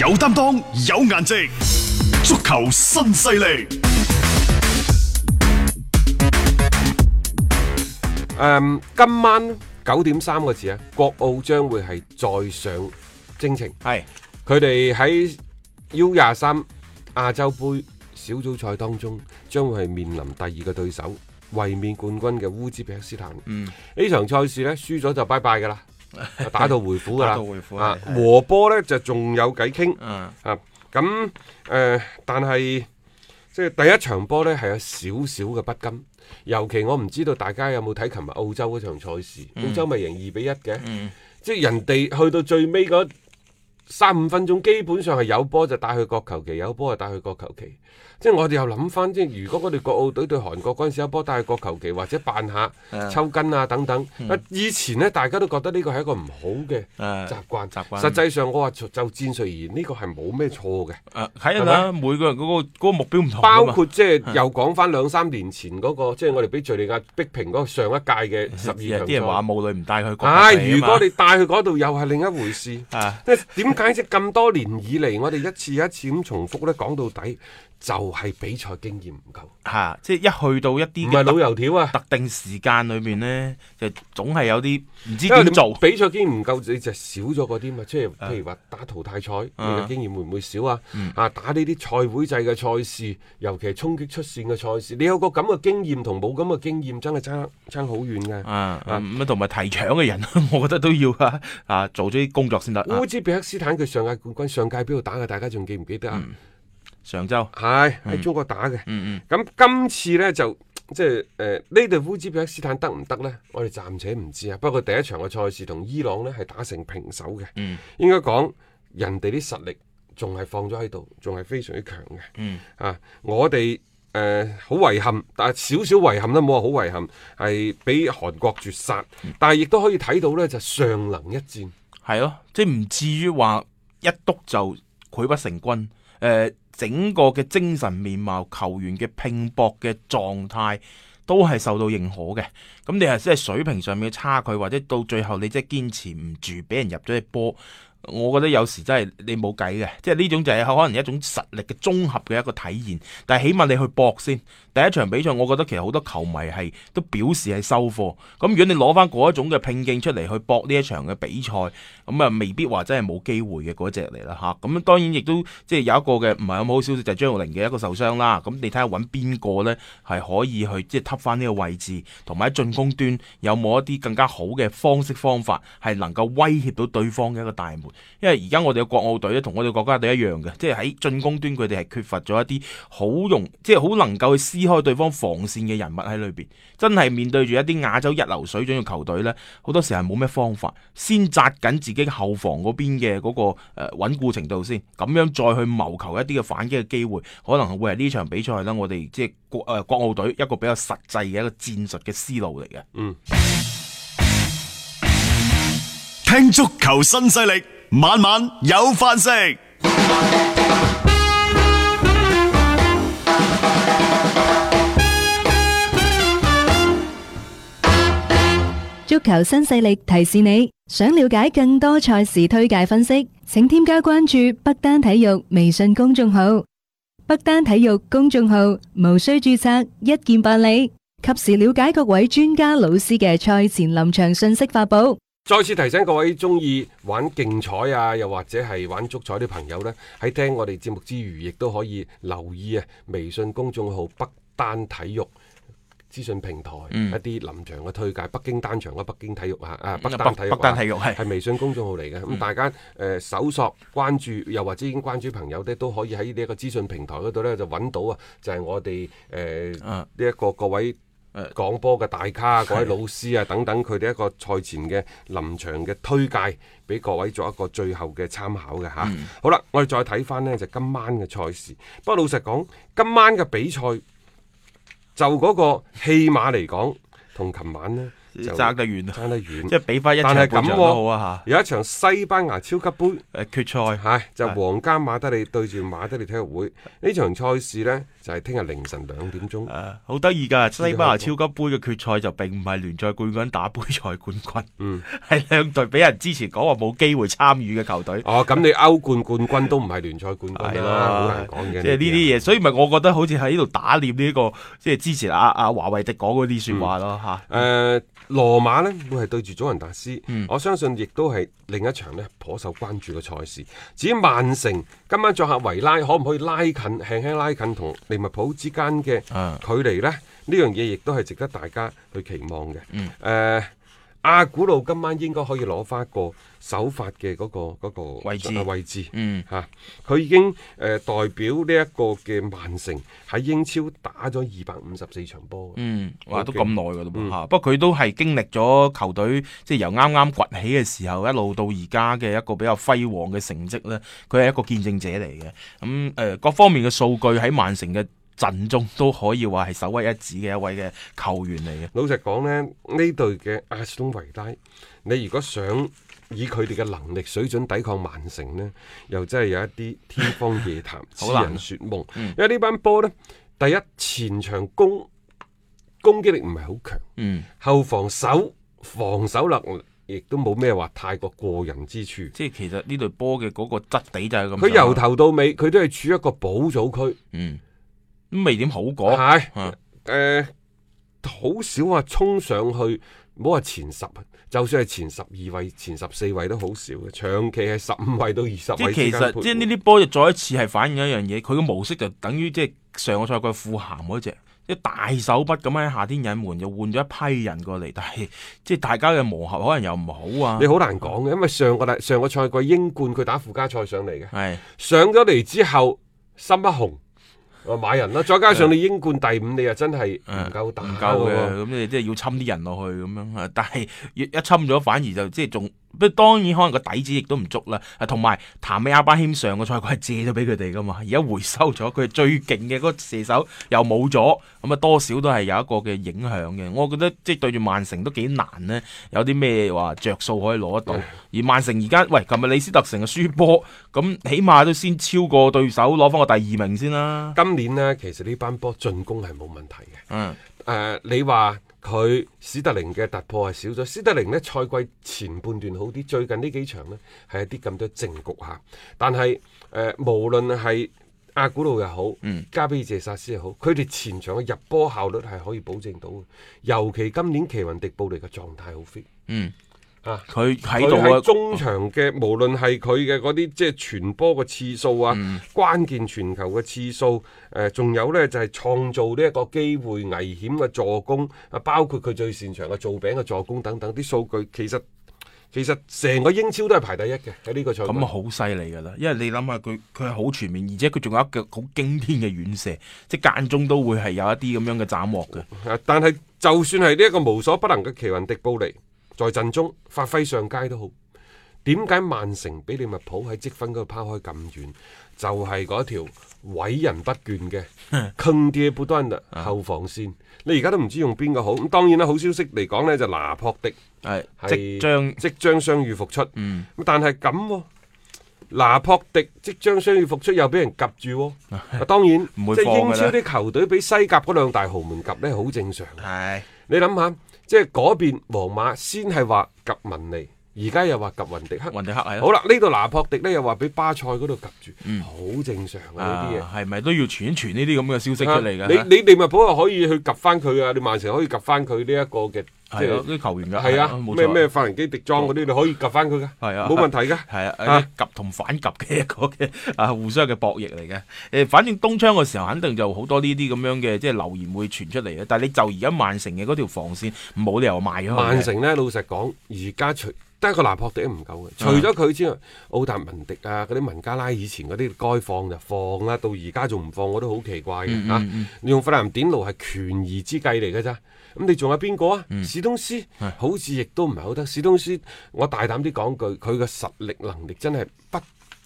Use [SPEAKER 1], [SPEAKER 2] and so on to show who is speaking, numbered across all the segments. [SPEAKER 1] 有擔當，有顏值，足球新勢力。
[SPEAKER 2] 誒、嗯今晚九點三個字啊，國奧將會係再上征程。
[SPEAKER 3] 係
[SPEAKER 2] 佢哋喺 U 廿三亞洲杯小組賽當中，將會係面臨第二個對手，衛冕冠軍嘅烏茲別克斯坦。
[SPEAKER 3] 嗯，
[SPEAKER 2] 呢場賽事呢，輸咗就拜拜 㗎啦，打道回府㗎啦，
[SPEAKER 3] 打道回府
[SPEAKER 2] 啊，
[SPEAKER 3] 係係
[SPEAKER 2] 和波呢就仲有偈傾。
[SPEAKER 3] 嗯，
[SPEAKER 2] 啊，咁誒、呃但係即係第一場波呢，係有少少嘅不甘，尤其我唔知道大家有冇睇琴日澳洲嗰場賽事，澳洲咪贏二比一嘅，
[SPEAKER 3] 嗯
[SPEAKER 2] 即係人哋去到最尾嗰三五分鐘，基本上係有波就帶去角球旗，有波就帶去角球旗。即係我哋又諗翻，即係如果我哋國奧隊對韓國嗰陣時有波帶去角球旗，或者扮下
[SPEAKER 3] 嗯
[SPEAKER 2] 抽筋啊等等。啊以前呢，大家都覺得呢個係一個唔好嘅
[SPEAKER 3] 誒
[SPEAKER 2] 習慣。
[SPEAKER 3] 習慣
[SPEAKER 2] 實際上我話就就戰術而言，呢個係冇咩錯嘅。
[SPEAKER 3] 誒睇下啦，啊每個人嗰個嗰個目標唔同㗎嘛
[SPEAKER 2] 包括即
[SPEAKER 3] 嗯
[SPEAKER 2] 係又講翻兩三年前嗰、個，即係我哋俾敍利亞逼平嗰個上一屆嘅十二
[SPEAKER 3] 嗯有啲人話
[SPEAKER 2] 強賽。
[SPEAKER 3] 母女唔帶佢國
[SPEAKER 2] 唉、
[SPEAKER 3] 家隊啊
[SPEAKER 2] 如
[SPEAKER 3] 嘛
[SPEAKER 2] 果你帶去嗰度又係另一回 事。
[SPEAKER 3] 啊
[SPEAKER 2] 即係點解即係咁多年以嚟，我哋一次一次咁重複咧？講到底就係、比賽經驗唔夠，
[SPEAKER 3] 嚇，即係一去到一
[SPEAKER 2] 唔
[SPEAKER 3] 啲
[SPEAKER 2] 係
[SPEAKER 3] 嘅
[SPEAKER 2] 老油條啊！
[SPEAKER 3] 特定時間裏面呢，就總係有啲唔知
[SPEAKER 2] 因為
[SPEAKER 3] 點
[SPEAKER 2] 你
[SPEAKER 3] 做。
[SPEAKER 2] 比賽經驗唔夠，你就少咗嗰啲嘛。即係譬如話打淘汰賽，你
[SPEAKER 3] 啊嗯
[SPEAKER 2] 嘅經驗會唔會少啊？啊，打呢啲賽會制嘅賽事，尤其係衝擊出線嘅賽事，你有個咁嘅經驗同冇咁嘅經驗，真係差差好遠嘅。
[SPEAKER 3] 啊，咁同埋提搶嘅人， 我覺得都要啊啊做咗啲工作先得。啊
[SPEAKER 2] 烏茲別克斯坦佢上屆冠軍，上屆邊度打嘅？大家仲記唔記得啊？
[SPEAKER 3] 上周，
[SPEAKER 2] 係喺中國打嘅。
[SPEAKER 3] 嗯
[SPEAKER 2] 咁今次呢，就即係誒呢隊烏茲別克斯坦得唔得呢？我哋暫且唔知啊。不過第一場嘅賽事同伊朗呢係打成平手嘅，
[SPEAKER 3] 嗯
[SPEAKER 2] 應該講人哋啲實力仲係放咗喺度，仲係非常之強嘅。
[SPEAKER 3] 嗯
[SPEAKER 2] 啊，我哋誒好遺憾，但係少少遺憾啦，冇話好遺憾，係俾韓國絕殺，但係亦都可以睇到呢，就上能一戰。
[SPEAKER 3] 嗯，係咯，即係唔至於話一督就潰不成軍。誒、整個嘅精神面貌、球員嘅拼搏嘅狀態。都係受到認可嘅，咁你係即係水平上面嘅差距，或者到最後你即係堅持唔住，俾人入咗一波，我覺得有時真係你冇計嘅，即係呢種就係可能一種實力嘅綜合嘅一個體現。但係起碼你去搏先，第一場比賽我覺得其實好多球迷係都表示係收貨。咁如果你攞翻嗰一種嘅拼勁出嚟去搏呢一場嘅比賽，咁啊未必話真係冇機會嘅嗰只嚟啦嚇。咁當然亦都即係有一個嘅唔係咁好消息就係張玉寧嘅一個受傷啦。咁你睇下揾邊個呢？係可以去即係揼翻呢個位置，同埋喺進攻端有冇一啲更加好嘅方式方法，係能夠威脅到對方嘅一個大門。因為而家我哋嘅國奧隊咧，同我哋國家隊一樣嘅，即係喺進攻端佢哋係缺乏咗一啲好容，即係好能夠去撕開對方防線嘅人物喺裏邊。真係面對住一啲亞洲一流水準嘅球隊呢，好多時係冇咩方法，先紮緊自己後防嗰邊嘅嗰個誒穩固程度先，咁樣再去謀求一啲嘅反擊嘅機會，可能會係呢場比賽啦。我哋即係國誒國奧隊一個比較實際嘅一個戰術嘅思路嚟嘅。
[SPEAKER 2] 嗯
[SPEAKER 1] 聽足球新勢力，晚晚有飯食。
[SPEAKER 4] 足球新勢力提示你，想了解更多賽事推介分析，請添加關注北單體育微信公眾號。北單體育公眾號無需註冊，一鍵辦理，及時了解各位專家老師嘅賽前臨場信息發布。
[SPEAKER 2] 再次提醒各位中意玩競彩啊，又或者係玩足彩啲朋友呢，喺聽我哋節目之餘，亦都可以留意啊微信公眾號北單體育資訊平台、
[SPEAKER 3] 嗯
[SPEAKER 2] 一啲臨場嘅推介，北京單場嘅北京體育啊，啊北單體育
[SPEAKER 3] 北
[SPEAKER 2] 啊
[SPEAKER 3] 北單體育係。嗯
[SPEAKER 2] 係微信公眾號嚟嘅，咁、大家誒、呃搜索關注，又或者已經關注朋友咧，都可以喺呢一個資訊平台嗰度呢，就揾到啊，就係、我哋誒
[SPEAKER 3] 啊
[SPEAKER 2] 呢一個各位
[SPEAKER 3] 誒
[SPEAKER 2] 廣播嘅大咖、各位老師啊等等，佢哋一個賽前嘅臨場嘅推介，俾各位做一個最後嘅參考嘅嚇。
[SPEAKER 3] 嗯
[SPEAKER 2] 好啦，我哋再睇翻呢，就今晚嘅賽事，不過老實講，今晚嘅比賽就嗰個戲碼嚟講，同琴晚呢就
[SPEAKER 3] 爭得遠啊，
[SPEAKER 2] 爭得遠
[SPEAKER 3] 即。係俾翻一場
[SPEAKER 2] 但係
[SPEAKER 3] 半
[SPEAKER 2] 咁喎
[SPEAKER 3] 場都好啊
[SPEAKER 2] 有一場西班牙超級杯，
[SPEAKER 3] 嚇，誒決賽
[SPEAKER 2] 係就
[SPEAKER 3] 係
[SPEAKER 2] 皇家馬德里對住馬德里體育會呢場賽事呢，就係聽日凌晨兩點鐘。
[SPEAKER 3] 誒啊好得意㗎，西班牙超級杯嘅決賽就並唔係聯賽冠軍打杯賽冠軍，
[SPEAKER 2] 嗯，
[SPEAKER 3] 係兩隊俾人之前講話冇機會參與嘅球隊。
[SPEAKER 2] 哦，咁你歐冠冠軍都唔係聯賽冠
[SPEAKER 3] 係
[SPEAKER 2] 軍啦，好
[SPEAKER 3] 啦
[SPEAKER 2] 難講，
[SPEAKER 3] 即
[SPEAKER 2] 嘅。啊
[SPEAKER 3] 係呢
[SPEAKER 2] 嘢。
[SPEAKER 3] 啲嘢，所以咪我覺得好似喺呢度打臉呢、個，即係之前阿阿華為迪講嗰啲説話咯嚇。
[SPEAKER 2] 誒、呃羅馬呢會係對住祖雲達斯，
[SPEAKER 3] 嗯
[SPEAKER 2] 我相信亦都係另一場呢頗受關注嘅賽事。至於曼城今晚作客維拉，可唔可以拉近輕輕拉近同利物浦之間嘅
[SPEAKER 3] 啊
[SPEAKER 2] 距離呢？呢樣嘢亦都係值得大家去期望嘅。誒、
[SPEAKER 3] 嗯
[SPEAKER 2] 阿古路今晚應該可以攞翻一個首發嘅嗰、個嗰、個
[SPEAKER 3] 位置
[SPEAKER 2] 啊位置。
[SPEAKER 3] 嗯，
[SPEAKER 2] 嚇、佢已經誒、呃代表呢一個嘅曼城喺英超打咗二百五十四場波嘅。
[SPEAKER 3] 嗯，哇，
[SPEAKER 2] 好
[SPEAKER 3] 都
[SPEAKER 2] 勁
[SPEAKER 3] 咁耐噶啦
[SPEAKER 2] 嗯
[SPEAKER 3] 吓，嚇不過佢都係經歷咗球隊即係由啱啱崛起嘅時候，一路到而家嘅一個比較輝煌嘅成績咧，佢係一個見證者嚟嘅。咁、誒、各方面嘅數據喺曼城嘅陣中都可以話係首屈一指嘅一位嘅球員嚟嘅。
[SPEAKER 2] 老實講呢，呢隊嘅阿斯通維拉，你如果想以佢哋嘅能力水準抵抗曼城呢，又真係有一啲天方夜譚、 痴
[SPEAKER 3] 好難啊
[SPEAKER 2] 人說夢。
[SPEAKER 3] 嗯
[SPEAKER 2] 因為呢班波呢，第一前場攻攻擊力唔係好強，
[SPEAKER 3] 嗯，
[SPEAKER 2] 後防守防守能力亦都冇咩話太過過人之處。
[SPEAKER 3] 即係其實呢隊波嘅嗰個質地就係咁上下。
[SPEAKER 2] 佢由頭到尾，佢都係處於一個保組區，
[SPEAKER 3] 嗯，都未點好過。
[SPEAKER 2] 係
[SPEAKER 3] 啊
[SPEAKER 2] 誒好少話衝上去，唔好話前十，就算係前十二位、前十四位都好少嘅，長期係十五位到二十
[SPEAKER 3] 即
[SPEAKER 2] 位之
[SPEAKER 3] 係其
[SPEAKER 2] 間徘
[SPEAKER 3] 實
[SPEAKER 2] 徊
[SPEAKER 3] 即係呢啲波就再一次係反映一樣嘢，佢嘅模式就等於即係上個賽季富咸嗰只，即係大手筆咁喺夏天引援，就換咗一批人過嚟，但係即係大家嘅磨合可能又唔好啊
[SPEAKER 2] 你。好難講嘅，因為上個禮上個賽季英冠佢打附加賽上嚟嘅，
[SPEAKER 3] 係
[SPEAKER 2] 上咗嚟之後心一紅，我買人啦，再加上你英冠第五，你又真係唔夠打
[SPEAKER 3] 唔
[SPEAKER 2] 㗎
[SPEAKER 3] 夠嘅，
[SPEAKER 2] 喎。
[SPEAKER 3] 咁你即係要侵啲人落去咁樣啊！但係 一侵咗，反而就即係仲，不過當然可能個底子亦都唔足啦。啊，同埋譚美阿巴謙上個賽季係借咗俾佢哋噶嘛，而家回收咗，佢係最勁嘅嗰個射手又冇咗，咁啊多少都係有一個嘅影響嘅。我覺得即係對住曼城都幾難呢，有啲咩話着數可以攞得到？而曼城而家喂，琴日李斯特城嘅輸波，咁起碼都先超過對手，攞翻個第二名先啦。
[SPEAKER 2] 今年呢，其實呢班波進攻係冇問題嘅。
[SPEAKER 3] 嗯，
[SPEAKER 2] 誒、你話佢史特靈嘅突破係少咗，史特靈呢賽季前半段好啲，最近呢幾場呢係一啲咁多正局下，但係誒、無論係阿古路又好，
[SPEAKER 3] 嗯
[SPEAKER 2] 加比謝薩斯又好，佢哋前場嘅入波效率係可以保證到嘅，尤其今年奇雲迪布尼嘅狀態好 fit
[SPEAKER 3] 嗯，
[SPEAKER 2] 啊！
[SPEAKER 3] 佢喺
[SPEAKER 2] 佢
[SPEAKER 3] 度啊
[SPEAKER 2] 喺。中場嘅，無論係佢嘅嗰啲即係傳波嘅次數啊，
[SPEAKER 3] 嗯
[SPEAKER 2] 關鍵傳球嘅次數，誒、仲有呢就係、創造呢一個機會危險嘅助攻啊，包括佢最擅長嘅做餅嘅助攻等等啲數據，其實其實成個英超都係排第一嘅喺呢個賽季。
[SPEAKER 3] 咁啊好犀利噶啦，因為你諗下佢佢係好全面，而且佢仲有一腳好驚天嘅遠射，即係間中都會係有一啲咁樣嘅斬獲嘅。
[SPEAKER 2] 啊但係就算係呢一個無所不能嘅奇雲迪布尼，在陣中發揮上佳都好。點解曼城俾利物浦喺積分嗰度拋開咁遠？就係嗰條毀人不倦嘅坑爹不斷啦後防線，你而家都唔知用邊個好。咁當然啦，好消息嚟講呢，就拿破迪
[SPEAKER 3] 係
[SPEAKER 2] 係
[SPEAKER 3] 即將
[SPEAKER 2] 即將傷愈復出。咁
[SPEAKER 3] 嗯
[SPEAKER 2] 但係咁喎，拿破迪即將傷愈復出又俾人及 住喎。啊當然，
[SPEAKER 3] 唔會
[SPEAKER 2] 即係
[SPEAKER 3] 放
[SPEAKER 2] 英
[SPEAKER 3] 㗎
[SPEAKER 2] 超
[SPEAKER 3] 啦
[SPEAKER 2] 啲球隊俾西甲嗰兩大豪門及呢，好正 常。
[SPEAKER 3] 係
[SPEAKER 2] 你諗下，即係嗰邊皇馬先係話及文尼，而家又話及雲迪克。
[SPEAKER 3] 雲迪克係
[SPEAKER 2] 好
[SPEAKER 3] 啦，
[SPEAKER 2] 啦，呢度拿破迪呢又話俾巴塞嗰度及住，好、正常嘅呢啲嘢
[SPEAKER 3] 啊。係咪都要傳一傳呢啲咁嘅消息出嚟㗎？
[SPEAKER 2] 啊你你利物浦又可以去及翻佢啊，你曼城可以及翻佢呢一個嘅，即
[SPEAKER 3] 係啊
[SPEAKER 2] 係
[SPEAKER 3] 啲球員㗎，
[SPEAKER 2] 係啊，
[SPEAKER 3] 冇
[SPEAKER 2] 咩
[SPEAKER 3] 錯
[SPEAKER 2] 咩法蘭基迪莊嗰啲，你可以及翻佢噶，
[SPEAKER 3] 係啊
[SPEAKER 2] 冇問題噶。
[SPEAKER 3] 係啊
[SPEAKER 2] 啊，
[SPEAKER 3] 及同反及嘅一個嘅 啊互相嘅博弈嚟嘅。誒，反正東窗嘅時候肯定就好多呢啲咁樣嘅即係流言會傳出嚟嘅。但係你就而家曼城嘅嗰條防線冇理由賣咗佢嘅。
[SPEAKER 2] 曼城呢，老實講，而家除得一個拿破迪都唔
[SPEAKER 3] 啊
[SPEAKER 2] 夠嘅，除咗佢之外，奧達文迪啊，嗰啲文加拉以前嗰啲該放就放啦，到而家仲唔放，我都好奇怪嘅
[SPEAKER 3] 嗯
[SPEAKER 2] 嚇。你用費南典奴係權宜之計嚟嘅咋？
[SPEAKER 3] 嗯
[SPEAKER 2] 咁你仲有邊個啊？史東斯好似亦都唔係好得。史東斯，我大膽啲講句，佢嘅實力能力真係不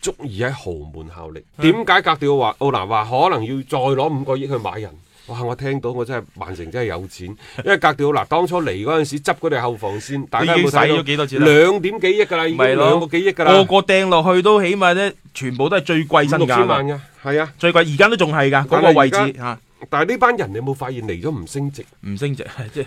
[SPEAKER 2] 足
[SPEAKER 3] 嗯
[SPEAKER 2] 以喺豪門效力。點解格調話奧拿話可能要再攞五個億去買人？哇！我聽到我真係曼城真係有錢，因為格調嗱，當初嚟嗰陣時執嗰哋後防線，大家有
[SPEAKER 3] 已
[SPEAKER 2] 冇
[SPEAKER 3] 經使咗
[SPEAKER 2] 睇
[SPEAKER 3] 幾多錢
[SPEAKER 2] 到
[SPEAKER 3] 啦？
[SPEAKER 2] 兩點幾億㗎啦，已經
[SPEAKER 3] 咪咯
[SPEAKER 2] 兩個幾億㗎啦，
[SPEAKER 3] 個個掟落去都起碼咧，全部都係最貴
[SPEAKER 2] 五
[SPEAKER 3] 身
[SPEAKER 2] 六
[SPEAKER 3] 價
[SPEAKER 2] 千
[SPEAKER 3] 㗎
[SPEAKER 2] 萬，㗎，係啊！
[SPEAKER 3] 最貴而家都仲係㗎嗰
[SPEAKER 2] 但係
[SPEAKER 3] 個位
[SPEAKER 2] 而
[SPEAKER 3] 置嚇，
[SPEAKER 2] 但係呢班人你有冇發現嚟咗唔升值？
[SPEAKER 3] 唔升值， 即係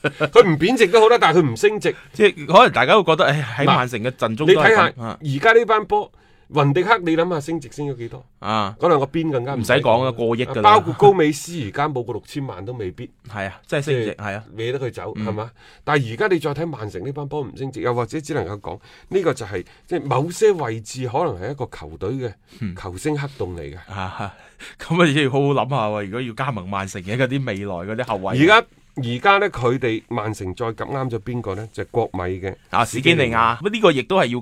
[SPEAKER 2] 佢唔貶值都好啦，但係佢唔升值。
[SPEAKER 3] 即係可能大家會覺得誒喺曼城嘅陣中
[SPEAKER 2] 你
[SPEAKER 3] 都係
[SPEAKER 2] 睇下
[SPEAKER 3] 咁啊
[SPEAKER 2] 而家呢班波，雲迪克你諗下升值升咗幾多？
[SPEAKER 3] 啊，
[SPEAKER 2] 嗰兩個邊更加
[SPEAKER 3] 唔使講啦，過億㗎啦，
[SPEAKER 2] 包括高美斯而家冇過六千萬都未必。
[SPEAKER 3] 係啊，真係升值係啊，
[SPEAKER 2] 搲得佢走
[SPEAKER 3] 嗯
[SPEAKER 2] 係嘛？但係而家你再睇曼城呢班波唔升值，又或者只能夠講呢個就係即係某些位置可能係一個球隊
[SPEAKER 3] 嗯
[SPEAKER 2] 嘅球星黑洞嚟嘅。
[SPEAKER 3] 啊 咁啊要好好諗下喎，如果要加盟曼城嘅嗰啲未來嗰啲後啊衞，
[SPEAKER 2] 而家而家呢，佢哋曼城再夾啱咗邊個呢？就係國米嘅
[SPEAKER 3] 啊，史基尼亞咁呢個亦都係要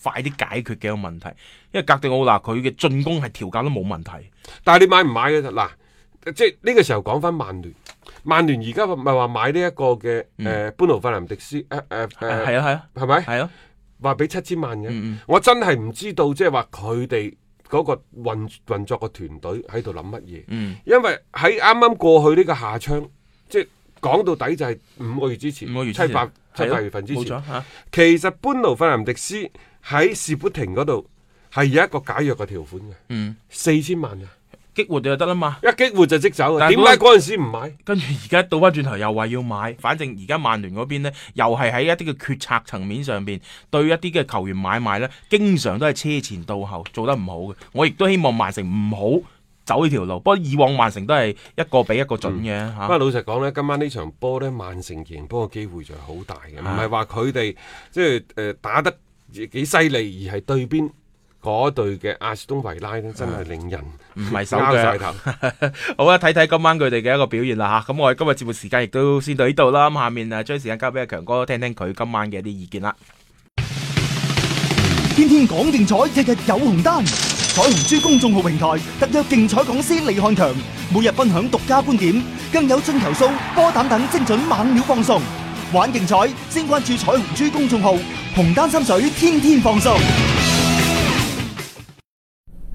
[SPEAKER 3] 快啲解決嘅一個問題，因為格迪奧拿佢嘅進攻係調教都冇問題，
[SPEAKER 2] 但係你買唔買嘅嗱，即係呢個時候講翻曼聯。曼聯而家咪話買呢一個嘅誒班奴費南迪斯誒誒誒
[SPEAKER 3] 嗯係啊係啊
[SPEAKER 2] 係咪
[SPEAKER 3] 係啊，
[SPEAKER 2] 話俾七千萬嘅？
[SPEAKER 3] 嗯嗯
[SPEAKER 2] 我真係唔知道，即係話佢哋嗰個運運作嘅團隊喺度諗乜嘢。
[SPEAKER 3] 嗯，
[SPEAKER 2] 因為喺啱啱過去呢個夏窗，即係講到底就係五個月之前，
[SPEAKER 3] 五個月
[SPEAKER 2] 七
[SPEAKER 3] 之前
[SPEAKER 2] 八七
[SPEAKER 3] 係咯
[SPEAKER 2] 八月份之
[SPEAKER 3] 冇
[SPEAKER 2] 前，
[SPEAKER 3] 錯啊嚇，
[SPEAKER 2] 其實班奴費南迪斯喺士砵亭嗰度係有一個解約嘅條款嘅，
[SPEAKER 3] 嗯，
[SPEAKER 2] 四千萬啊，
[SPEAKER 3] 激活就得啦嘛。
[SPEAKER 2] 一激活就即走啊！
[SPEAKER 3] 但係
[SPEAKER 2] 點解嗰陣時唔買？
[SPEAKER 3] 跟住而家倒翻轉頭又話要買，反正而家曼聯嗰邊呢，又係喺一啲嘅決策層面上邊，對一啲嘅球員買賣呢，經常都係車前到後，做得唔好嘅。我亦都希望曼城唔好走呢條路。不過以往曼城都係一個比一個準嘅嚇。
[SPEAKER 2] 嗯不過老實講呢，今晚呢場波呢，曼城贏波嘅機會就係好大嘅，唔
[SPEAKER 3] 啊
[SPEAKER 2] 係話佢哋即係誒、呃打得幾犀利，而係對邊嗰隊嘅阿士東維拉呢，真係令人
[SPEAKER 3] 唔係啊嗯手
[SPEAKER 2] 拗晒
[SPEAKER 3] 腳，
[SPEAKER 2] 頭。
[SPEAKER 3] 好啊！睇睇今晚佢哋嘅一個表現啦吓，咁我哋今日節目時間亦都先到呢度啦，咁下面啊將時間交俾阿強哥，聽聽佢今晚嘅一啲意見啦。
[SPEAKER 5] 天天講競彩，日日有紅單。彩虹珠公眾號平台特約競彩講師李漢強，每日分享獨家觀點，更有進球數、波膽等精準猛料放送。玩競彩，先關注彩虹珠公眾號，紅單心水，天天放送。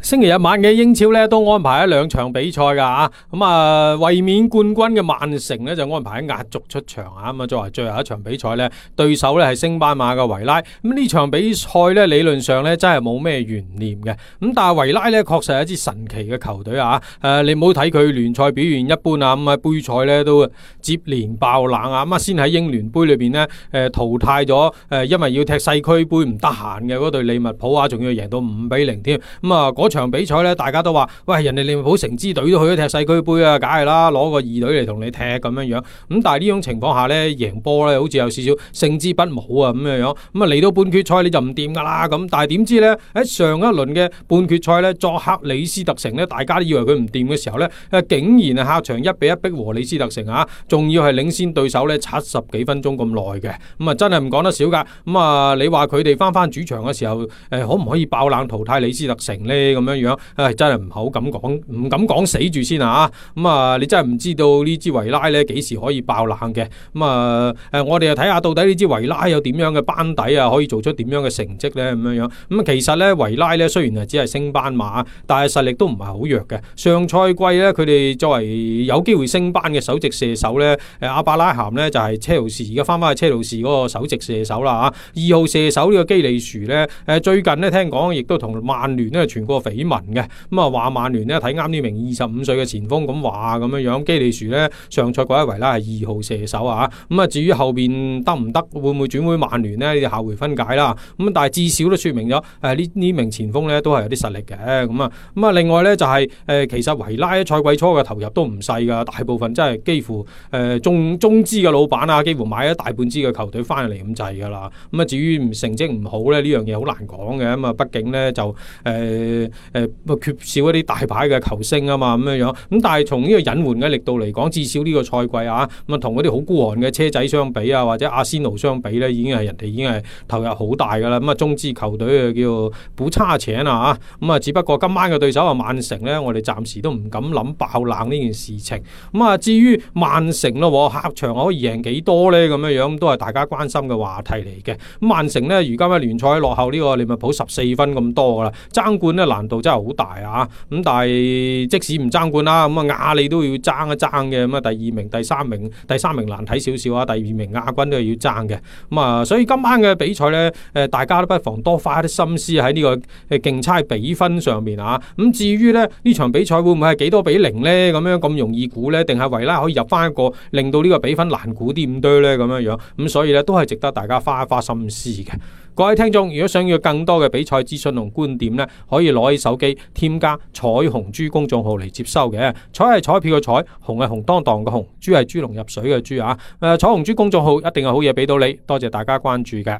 [SPEAKER 6] 星期日晚嘅英超咧都安排咗兩場比賽㗎嚇，咁啊衛冕冠軍嘅曼城呢，就安排喺壓軸出場啊，咁啊作為最後一場比賽呢，對手呢係升班馬嘅維拉，咁呢場比賽呢，理論上呢真係冇咩懸念嘅，咁但係維拉呢，確實係一支神奇嘅球隊啊，誒、你唔好睇佢聯賽表現一般啊，咁啊杯賽呢都接連爆冷啊，咁啊先喺英聯杯裏邊呢，誒、淘汰咗誒、因為要踢世區杯唔得閒嘅嗰隊利物浦啊，仲要贏到五比零添。咁啊，嗰場比賽咧，大家都話：喂，人哋利物浦成支隊都去咗踢世俱杯啊，梗係啦，攞個二隊嚟同你踢咁樣樣。咁但係呢種情況下咧，贏波咧，好似有少少勝之不武啊咁樣樣。咁啊，嚟到半決賽你就唔掂㗎啦。咁但係點知咧，喺上一輪嘅半決賽咧，作客李斯特城咧，大家都以為佢唔掂嘅時候咧，誒竟然係客場一比一逼和李斯特城啊，仲要係領先對手咧七十幾分鐘咁耐嘅。咁啊，真係唔講得少㗎。咁啊，你話佢哋翻翻主場嘅時候。誒、可唔可以爆冷淘汰李斯特城呢？咁樣樣，誒、真係唔好咁講，唔敢講死住先啊！咁、啊，你真係唔知道呢支維拉呢幾時可以爆冷嘅。咁、啊，誒、我哋又睇下到底呢支維拉有點樣嘅班底啊，可以做出點樣嘅成績呢？咁樣樣。咁、其實呢，維拉呢雖然係只係升班馬，但係實力都唔係好弱嘅。上賽季呢，佢哋作為有機會升班嘅首席射手呢，誒、阿伯拉咸呢就係、車路士而家翻返去車路士嗰個首席射手啦嚇。二號射手呢個基利殊呢，誒、呃最近呢聽講亦都同曼聯呢傳過緋聞嘅，咁啊話曼聯呢睇啱呢名二十五歲嘅前鋒咁話咁樣樣，基利殊呢上賽季喺維拉係二號射手啊，咁啊至於後邊得唔得，會唔會轉會曼聯呢？你哋下回分解啦。咁啊但係至少都説明咗誒呢呢名前鋒呢都係有啲實力嘅，咁啊咁啊另外呢，就係、誒、其實維拉喺賽季初嘅投入都唔細㗎，大部分真係幾乎。誒、中中資嘅老闆啊，幾乎買咗大半支嘅球隊翻嚟咁滯㗎啦。咁啊，至於唔成績唔好咧，呢樣嘢好難講嘅。咁啊，畢竟咧就誒誒、呃缺少一啲大牌嘅球星啊嘛，咁樣樣。咁但係從呢個隱換嘅力度嚟講，至少呢個賽季啊，咁啊同嗰啲好孤寒嘅車仔相比啊，或者阿仙奴相比咧，已經係人哋已經係投入好大㗎啦。咁啊，中資球隊啊叫補差錢啊嚇。咁啊，只不過今晚嘅對手啊曼城咧，我哋暫時都唔敢諗爆冷呢件事情。咁啊，至於曼城咯，客場可以贏幾多呢？咁樣樣都係大家關心嘅話題嚟嘅。咁曼城呢，而家喺聯賽落後呢個利物浦十四分咁多噶啦，爭冠呢難度度真係好大啊！咁但係即使唔爭冠啦，咁啊亞你都要爭一爭嘅。咁啊第二名、第三名、第三名難睇少少啊，第二名亞軍都係要爭嘅。咁啊，所以今晚嘅比賽呢，誒、大家都不妨多花啲心思喺呢個誒呃競猜比分上面啊。咁至於呢，呢場比賽會唔會係幾多比零呢？咁樣咁容易估呢？定係維拉可以入翻一個令到呢個比分難估啲咁多呢？咁樣樣咁，所以呢，都係值得大家花一花心思嘅。各位聽眾，如果想要更多嘅比賽資訊同觀點呢，可以攞起手機添加彩虹豬公眾號嚟接收嘅。彩係彩票嘅彩，紅係紅當當嘅紅，豬係豬籠入水嘅豬啊！誒、彩虹豬公眾號一定係好嘢俾到你，多謝大家關注嘅。